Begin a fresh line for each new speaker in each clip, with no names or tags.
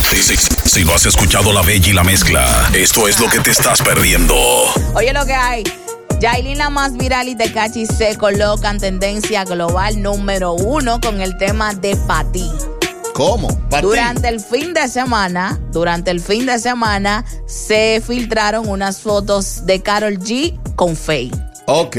Si, si- si no has escuchado La Bella y la Mezcla, esto es lo que te estás perdiendo.
Oye lo que hay. Yailin la más viral y Tecachi se colocan tendencia global número uno con el tema de Pati.
¿Cómo? ¿Para ti?
Durante el fin de semana, durante el fin de semana, se filtraron unas fotos de Carol G con Faye.
Ok.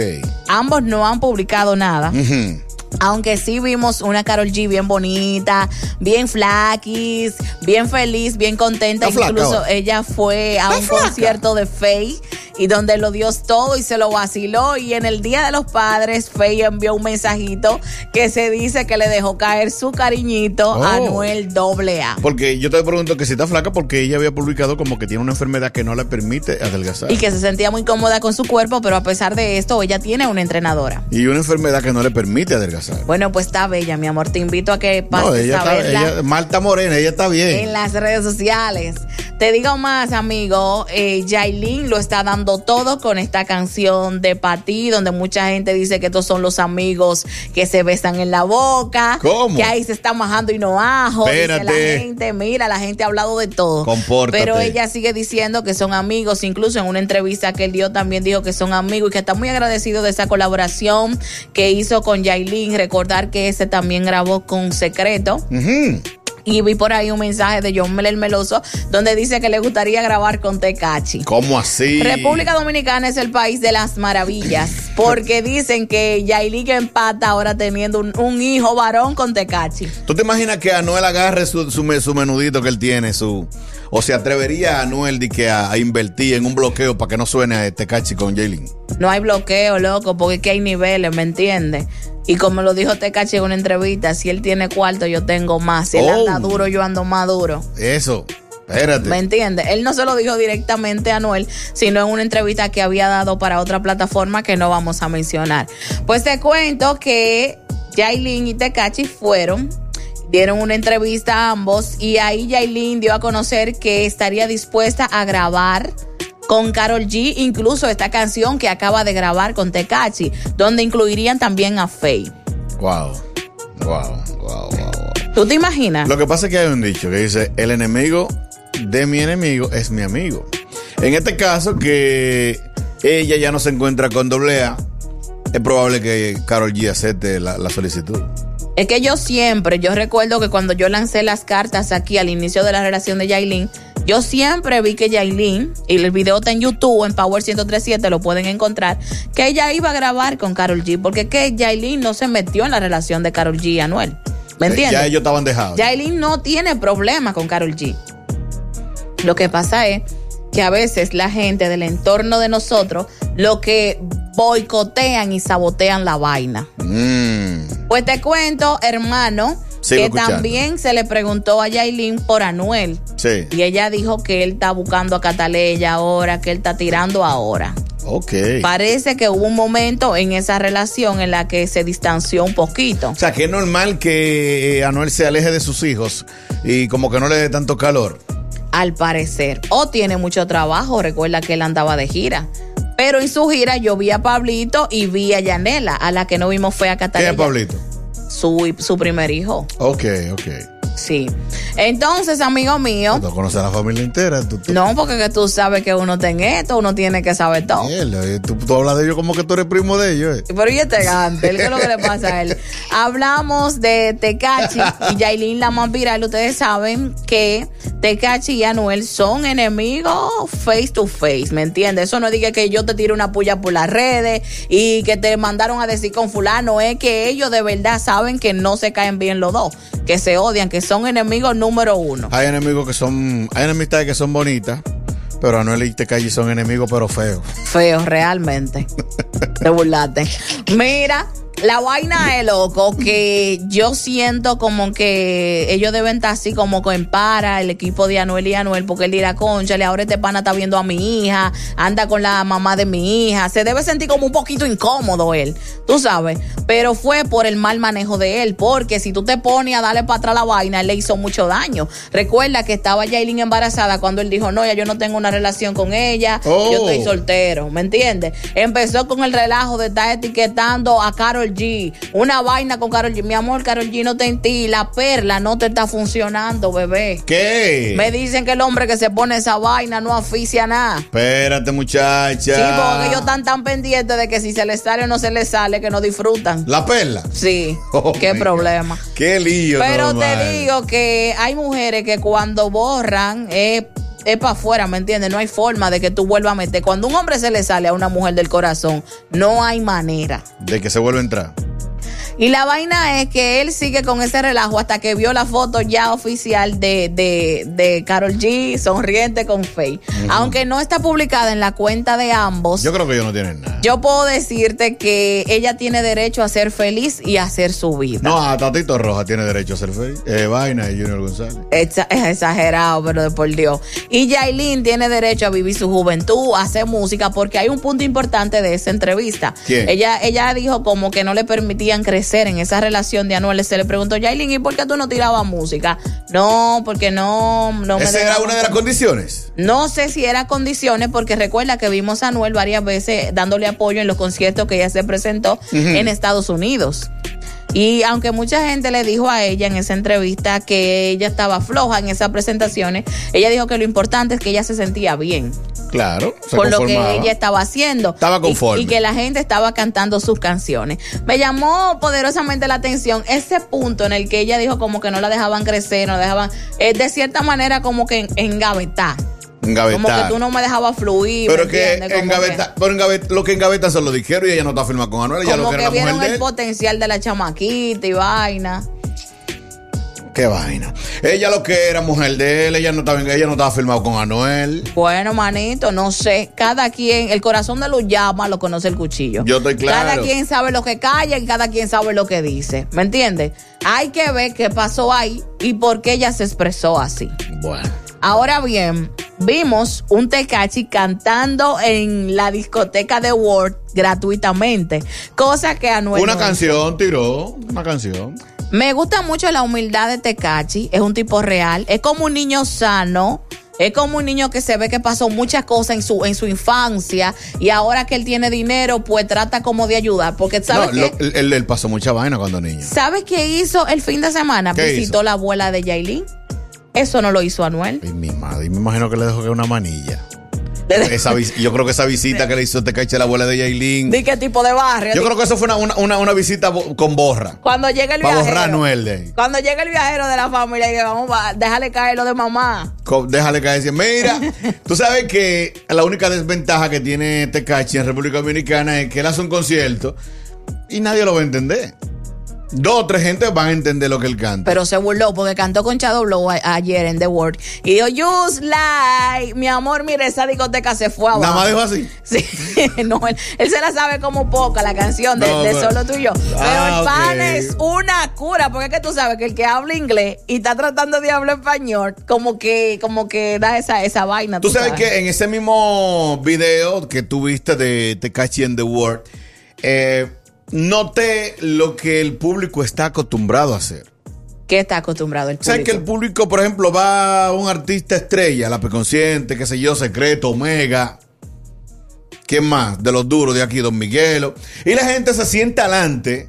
Ambos no han publicado nada.
Ujú.
Aunque sí vimos una Carol G bien bonita, bien flaquis, bien feliz, bien contenta.
Está flaca
Incluso
ahora.
ella fue a
Está
un
flaca.
concierto de Faye y donde lo dio todo y se lo vaciló. Y en el Día de los Padres, Faye envió un mensajito que se dice que le dejó caer su cariñito
Oh.
a Anuel AA.
Porque yo te pregunto que si está flaca porque ella había publicado como que tiene una enfermedad que no le permite adelgazar.
Y que se sentía muy cómoda con su cuerpo, pero a pesar de esto, ella tiene una entrenadora.
Y una enfermedad que no le permite adelgazar.
Bueno, pues está bella, mi amor. Te invito a que pases
No, ella
a
está,
verla.
ella, Marta Morena, ella está
en
bien.
las redes sociales. Te digo más, amigo, eh, Yailin lo está dando todo con esta canción de Pati, donde mucha gente dice que estos son los amigos que se besan en la boca.
¿Cómo?
Que ahí se está majando y no ajo. dice
Espérate.
la gente, mira, la gente ha hablado de todo.
Compórtate.
Pero ella sigue diciendo que son amigos, incluso en una entrevista que él dio también dijo que son amigos y que está muy agradecido de esa colaboración que hizo con Yailin. Recordar que ese también grabó con Secreto.
Ujú.
Y vi por ahí un mensaje de John Mel Meloso donde dice que le gustaría grabar con Tecachi.
¿Cómo así?
República Dominicana es el país de las maravillas, porque dicen que Yailin que empata ahora teniendo un, un hijo varón con Tecachi.
¿Tú te imaginas que Anuel agarre su, su, me- su menudito que él tiene? su O se atrevería a Anuel de que a, a invertir en un bloqueo para que no suene a este cachi con Jalen?
No hay bloqueo, loco, porque es que hay niveles, ¿me entiendes? Y como lo dijo Tecachi en una entrevista, si él tiene cuarto, yo tengo más. Si él
Oh.
anda duro, yo ando más duro.
Eso, espérate.
¿Me entiendes? Él no se lo dijo directamente a Anuel, sino en una entrevista que había dado para otra plataforma que no vamos a mencionar. Pues te cuento que Yailin y Tecachi fueron. Dieron una entrevista a ambos y ahí Yailin dio a conocer que estaría dispuesta a grabar con Carol G, incluso esta canción que acaba de grabar con Tecachi, donde incluirían también a Faye.
Wow. Wow, wow, wow, wow.
¿Tú te imaginas?
Lo que pasa es que hay un dicho que dice, el enemigo de mi enemigo es mi amigo. En este caso que ella ya no se encuentra con doble A, es probable que Carol G acepte la, la solicitud.
Es que yo siempre, yo recuerdo que cuando yo lancé las cartas aquí al inicio de la relación de Yailin, yo siempre vi que Yailin, y el video está en YouTube, en Power 1037, lo pueden encontrar, que ella iba a grabar con Carol G, porque es que Yailin no se metió en la relación de Carol G y Anuel. ¿Me
Eh,
entiendes?
Ya ellos estaban dejados.
Yailin no tiene problema con Carol G. Lo que pasa es que a veces la gente del entorno de nosotros lo que boicotean y sabotean la vaina.
Mm.
Pues te cuento, hermano,
Sigo
que
escuchando.
también se le preguntó a Yailin por Anuel.
Sí.
Y ella dijo que él está buscando a Cataleya ahora, que él está tirando ahora.
Ok.
Parece que hubo un momento en esa relación en la que se distanció un poquito.
O sea, que es normal que eh, Anuel se aleje de sus hijos y como que no le dé tanto calor.
al parecer. O tiene mucho trabajo, recuerda que él andaba de gira. Pero en su gira yo vi a Pablito y vi a Yanela, a la que no vimos fue a
¿Qué
Catalina.
es Pablito?
Su, su primer hijo.
Ok, ok.
Sí. Entonces, amigo mío,
No conoces a la familia entera. Tú, tú-
no, porque que tú sabes que uno está en esto, uno tiene que saber todo.
Mierda, eh, tú, tú hablas de ellos como que tú eres primo de ellos. eh.
Pero y este gante, ¿qué es lo que le pasa a él? Hablamos de Tecachi y Yailin, la más viral. Ustedes saben que Tecachi y Anuel son enemigos face to face, ¿me entiendes? Eso no diga que yo te tire una puya por las redes y que te mandaron a decir con fulano. Es que ellos de verdad saben que no se caen bien los dos, que se odian, que son enemigos número uno.
Hay enemigos que son. Hay enemistades que son bonitas, pero Anuel y Tecachi son enemigos, pero feos.
Feo, realmente. Te burlaste. Mira, la vaina es loco que yo siento como que ellos deben estar así como que en para el equipo de Anuel y Anuel porque él dirá, conchale, ahora este pana está viendo a mi hija, anda con la mamá de mi hija. Se debe sentir como un poquito incómodo él, tú sabes. Pero fue por el mal manejo de él, porque si tú te pones a darle para atrás la vaina, él le hizo mucho daño. Recuerda que estaba Yailin embarazada cuando él dijo, no, ya yo no tengo una relación con ella,
Oh.
yo estoy soltera soltero, ¿me entiendes? Empezó con el relajo de estar etiquetando a Carol G. Una vaina con Carol G. Mi amor, Carol G no te en ti. La perla no te está funcionando, bebé.
¿Qué?
Me dicen que el hombre que se pone esa vaina no aficia nada.
Espérate, muchacha.
Sí, porque ellos están tan pendientes de que si se les sale o no se les sale, que no disfrutan.
La perla.
Sí,
Oh,
qué
my
problema.
God. Qué lío.
Pero
normal.
te digo que hay mujeres que cuando borran es, para afuera, ¿me entiendes? No hay forma de que tú vuelvas a meter. Cuando un hombre se le sale a una mujer del corazón, no hay manera.
De que se vuelve a entrar.
Y la vaina es que él sigue con ese relajo hasta que vio la foto ya oficial de, de, de Carol G sonriente con Faye. Aunque no está publicada en la cuenta de ambos.
Yo creo que ellos no tienen nada.
yo puedo decirte que ella tiene derecho a ser feliz y a hacer su vida.
No, a Tatito Roja tiene derecho a ser feliz. Eh, Vaina y Junior González.
Exa- Es exagerado, pero de por Dios. Y Yailin tiene derecho a vivir su juventud, a hacer música, porque hay un punto importante de esa entrevista.
¿Quién?
Ella, ella dijo como que no le permitían crecer en esa relación de Anuel. Se le preguntó, Yailin, ¿y por qué tú no tirabas música? No, porque no, no me
Esa era
dejaban
una de las condiciones.
no sé si era condiciones, porque recuerda que vimos a Anuel varias veces dándole apoyo en los conciertos que ella se presentó en Estados Unidos. Y aunque mucha gente le dijo a ella en esa entrevista que ella estaba floja en esas presentaciones, ella dijo que lo importante es que ella se sentía bien
Claro. se
con lo que
conformaba.
ella estaba haciendo.
Estaba
Y-
conforme.
Y, que la gente estaba cantando sus canciones. Me llamó poderosamente la atención ese punto en el que ella dijo como que no la dejaban crecer, no la dejaban, eh, de cierta manera como que en- engavetar.
Engavetar.
Como que tú no me dejabas fluir.
Pero
¿me
que
entiendes? Como
engaveta, pero engaveta, lo que engaveta son los disqueros y ella no está firmada con Anuel,
que-
ella lo
como
que
que
era la
vieron
mujer de
el
él.
potencial de la chamaquita y vaina.
Qué vaina. Ella lo que era mujer de él, ella no estaba, ella no estaba firmada con Anuel.
Bueno, manito, no sé. Cada quien, el corazón de los llama lo conoce el cuchillo.
Yo estoy claro.
Cada quien sabe lo que calla y cada quien sabe lo que dice. ¿Me entiendes? Hay que ver qué pasó ahí y por qué ella se expresó así.
Bueno.
Ahora bien, vimos un Tecachi cantando en la discoteca de Word gratuitamente, cosa que Anuel
una
no hizo.
canción tiró, una canción.
Me gusta mucho la humildad de Tecachi. Es un tipo real. Es como un niño sano. Es como un niño que se ve que pasó muchas cosas en su, en su infancia y ahora que él tiene dinero, pues trata como de ayudar. Porque
No,
¿sabes
lo-
qué?
él, él pasó mucha vaina cuando niño.
¿Sabes qué hizo el fin de semana?
¿Qué
Visitó
hizo?
la abuela de Yailin. Eso no lo hizo Anuel.
Ay, mi madre, y me imagino que le dejó que una manilla. Esa vis- yo creo que esa visita que le hizo este caché a la abuela de Yailin.
Di qué tipo de barrio.
Yo
di-
creo que eso fue una, una, una- una visita bo- con borra.
Cuando llega el
Para
viajero.
borrar a Anuel de ahí.
Cuando llega el viajero de la familia y que vamos, va, déjale caer lo de mamá.
Co- Déjale caer decir, mira, tú sabes que la única desventaja que tiene Tecachi en República Dominicana es que él hace un concierto y nadie lo va a entender. Dos o tres gente van a entender lo que él canta.
Pero se burló porque cantó con Shadow Blow a- ayer en The World. Y dijo, Just like, mi amor, mire, esa discoteca se fue abajo.
Nada más dijo así.
Sí, no, él, él se la sabe como poca, la canción de,
No,
de
pero-
Solo Tuyo. Pero
Ah,
el pan
ok.
es una cura, porque es que tú sabes que el que habla inglés y está tratando de hablar español, como que, como que da esa, esa vaina.
Tú sabes que en ese mismo video que tú viste de Tecachi and the World, eh, noté lo que el público está acostumbrado a hacer.
Que está acostumbrado el
O sea,
público.
que el público, por ejemplo, va a un artista estrella, La Peconsciente, qué sé yo, Secreto, Omega. ¿Quién más? De los duros de aquí, Don Miguelo. Y la gente se sienta adelante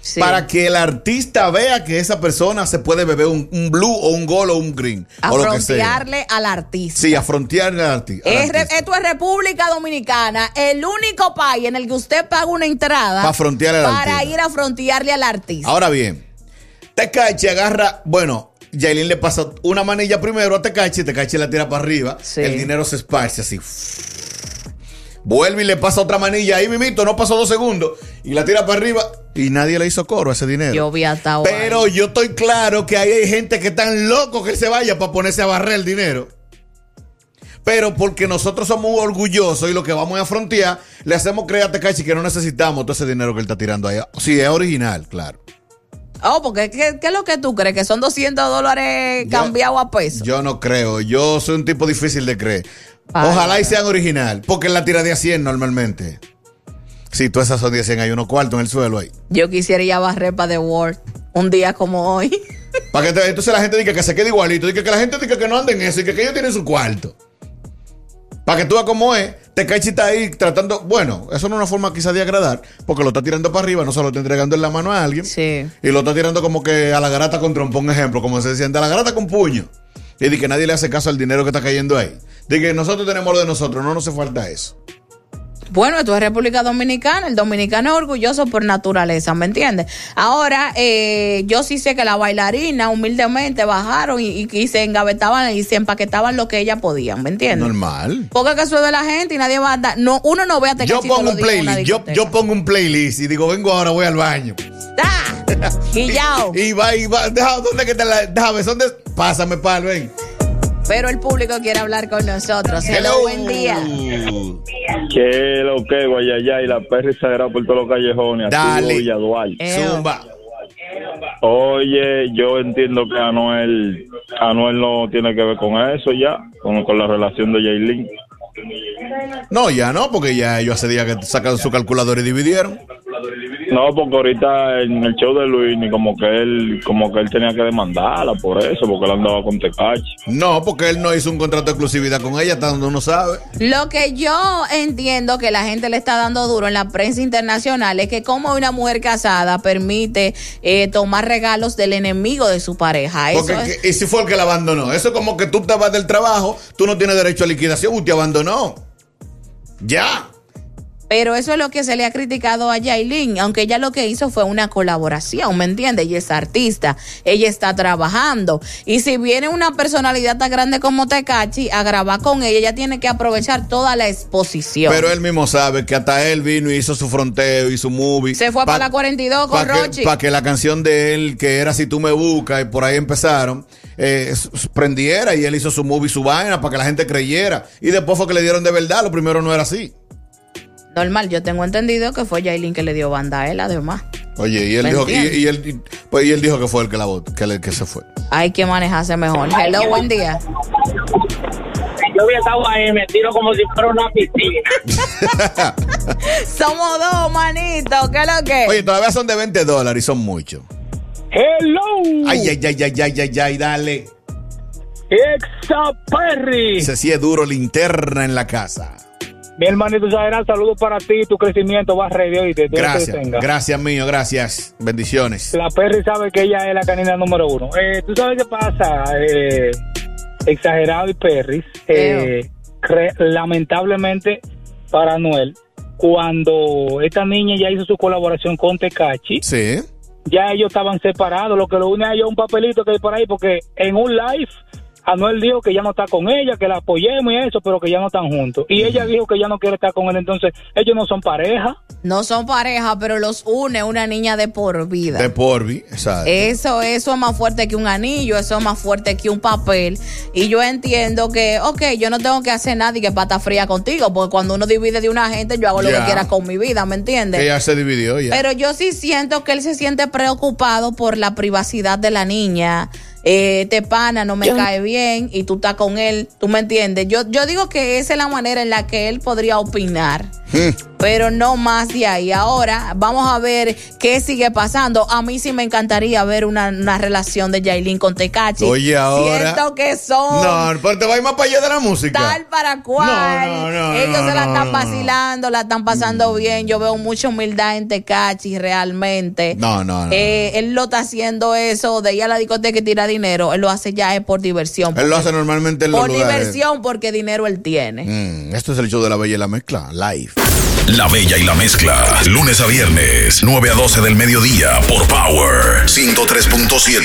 Sí.
para que el artista vea que esa persona se puede beber un, un blue o un gol o un green. o lo que sea.
Afrontearle al artista.
Sí, afrontear al, arti- al
Es re-
artista.
esto es República Dominicana, el único país en el que usted paga una entrada
Pa' frontear al
para
artista.
ir a frontearle al artista.
Ahora bien, Tecachi agarra, bueno, Yailin le pasa una manilla primero a Tecachi, Tecachi la tira para arriba,
Sí.
el dinero se esparce así. Vuelve y le pasa otra manilla ahí, mimito, no pasó dos segundos, y la tira para arriba y nadie le hizo coro a ese dinero.
Yo vi a Tao
Pero yo estoy claro que ahí hay gente que están loco que se vaya para ponerse a barrer el dinero. Pero porque nosotros somos orgullosos y lo que vamos a frontear, le hacemos creer a Tecachi que no necesitamos todo ese dinero que él está tirando ahí. Si es original, claro.
Oh, porque ¿qué, qué es lo que tú crees? ¿Que son 200 dólares
Yo-
cambiados a pesos?
Yo no creo. Yo soy un tipo difícil de creer.
Ay,
Ojalá y sean original, porque él la tira de a 100 normalmente. Si tú esas son de a 100, hay uno cuarto en el suelo ahí.
Yo quisiera ir a barrer para The World un día como hoy.
Para que te- entonces la gente diga que se quede igualito, diga que la gente diga que no anden en eso y que, que ellos tienen su cuarto. Para que tú veas cómo es, te está ahí tratando. Bueno, eso no es una forma quizás de agradar, porque lo está tirando para arriba, no se lo está entregando en la mano a alguien.
Sí.
Y lo está tirando como que a la garata con trompón, ejemplo, como se decía, a la garata con puño. Y de que nadie le hace caso al dinero que está cayendo ahí. De que nosotros tenemos lo de nosotros, no nos hace falta eso.
Bueno, esto es República Dominicana. El dominicano es orgulloso por naturaleza, ¿me entiendes? Ahora, eh, yo sí sé que la bailarina humildemente bajaron y, y- y se engavetaban y se empaquetaban lo que ellas podían, ¿me entiendes?
Normal.
Porque que eso es de la gente y nadie va a dar. No, uno no ve a
Yo
Tekashi todos
pongo
los
un
días en una
playlist, yo, yo
discoteca.
pongo un playlist y digo, vengo ahora, voy al baño.
¡Ta! Guillao.
Y va, y va. Deja, ¿dónde que te la.? Déjame, ¿dónde? Pásame, pal, ven.
Pero el público quiere hablar con nosotros. Hello, buen día.
Que lo que, Guayayay, la perra sagrada por todos los callejones. aquí
Dale.
Villa Duarte.
Eh.
Zumba.
Oye, yo entiendo que Anuel, Anuel no tiene que ver con eso ya, con, con la relación de Jaylin.
No, ya no, porque ya ellos hace días que sacaron su calculador y dividieron.
No, porque ahorita en el show de Luis, ni como que él, como que él tenía que demandarla por eso, porque él andaba con Tecachi.
No, porque él no hizo un contrato de exclusividad con ella, hasta donde uno sabe.
Lo que yo entiendo que la gente le está dando duro en la prensa internacional es que como una mujer casada permite eh, tomar regalos del enemigo de su pareja. Eso
Porque,
es-
que- y si fue el que la abandonó. Eso es como que tú te vas del trabajo, tú no tienes derecho a liquidación, usted abandonó. Ya.
pero eso es lo que se le ha criticado a Yailin, aunque ella lo que hizo fue una colaboración, ¿me entiendes? Ella es artista, ella está trabajando. Y si viene una personalidad tan grande como Tecachi a grabar con ella, ella tiene que aprovechar toda la exposición.
Pero él mismo sabe que hasta él vino y hizo su fronteo y su movie.
Se fue para la 42 con
Para que,
Rochi.
eh, pa' que la canción de él, que era Si tú me buscas, y por ahí empezaron, eh, s- s- prendiera y él hizo su movie, su vaina, para que la gente creyera. Y después fue que le dieron de verdad, lo primero no era así.
Normal, yo tengo entendido que fue Yailin que le dio banda a él, además.
Oye, y él,
¿Me
dijo, y,
entiendes?
y él, y- pues, y él dijo que fue el que la votó, que, le- que se fue.
Hay que manejarse mejor. Hello, buen día.
Yo había estado ahí, me tiro como si fuera una piscina.
Somos dos, manito. ¿Qué es lo que?
Oye, todavía son de 20 dólares y son muchos.
Uh.
¡Hello!
Ay, ay, ay, ay, ay, ay, ay, dale.
¡Exa Perry!
Se sí es duro linterna en la casa.
Mi hermanito Zaira, saludos para ti, tu crecimiento va re bien y te
Gracias, gracias mío, gracias. Bendiciones.
La Perry sabe que ella es la canina número uno. Eh, ¿Tú sabes qué pasa? Eh, exagerado y Perry. eh, cre- lamentablemente para Anuel, cuando esta niña ya hizo su colaboración con Tecachi,
Sí.
ya ellos estaban separados. Lo que lo une a ellos es un papelito que hay por ahí, porque en un live Anuel dijo que ya no está con ella, que la apoyemos y eso, pero que ya no están juntos. Y ella dijo que ya no quiere estar con él, entonces ellos no son pareja.
No son pareja, pero los une una niña de por vida.
De Porvi, exacto.
Eso, eso es más fuerte que un anillo, eso es más fuerte que un papel. Y yo entiendo que, ok, yo no tengo que hacer nada y que pata fría contigo, porque cuando uno divide de una gente, yo hago lo
Ya.
que quiera con mi vida, ¿me entiendes?
que ya se dividió ya.
Pero yo sí siento que él se siente preocupado por la privacidad de la niña. Eh, te pana, no me
Yo-
cae bien y tú estás con él, tú me entiendes. Yo, yo digo que esa es la manera en la que él podría opinar.
Hmm.
Pero no más de ahí. Ahora vamos a ver qué sigue pasando. A mí sí me encantaría ver una, una relación de Yailin con Tecachi.
Oye, ahora.
Siento que son.
No, pero te va a ir más para allá de la música.
Tal para cual.
No, no, no,
Ellos
no,
se la
no, no.
están
Mm.
vacilando, la están pasando bien. Yo veo mucha humildad en Tecachi realmente.
No, no, no.
Eh, él lo está haciendo eso de ir a la discoteca y tirar dinero. Él lo hace ya es por diversión.
Él lo hace normalmente en los
por
lugares.
diversión, porque dinero él tiene.
Mm, esto es el show de la Bella y la Mezcla, live.
La Bella y la Mezcla, lunes a viernes, 9 a 12 del mediodía por Power 103.7.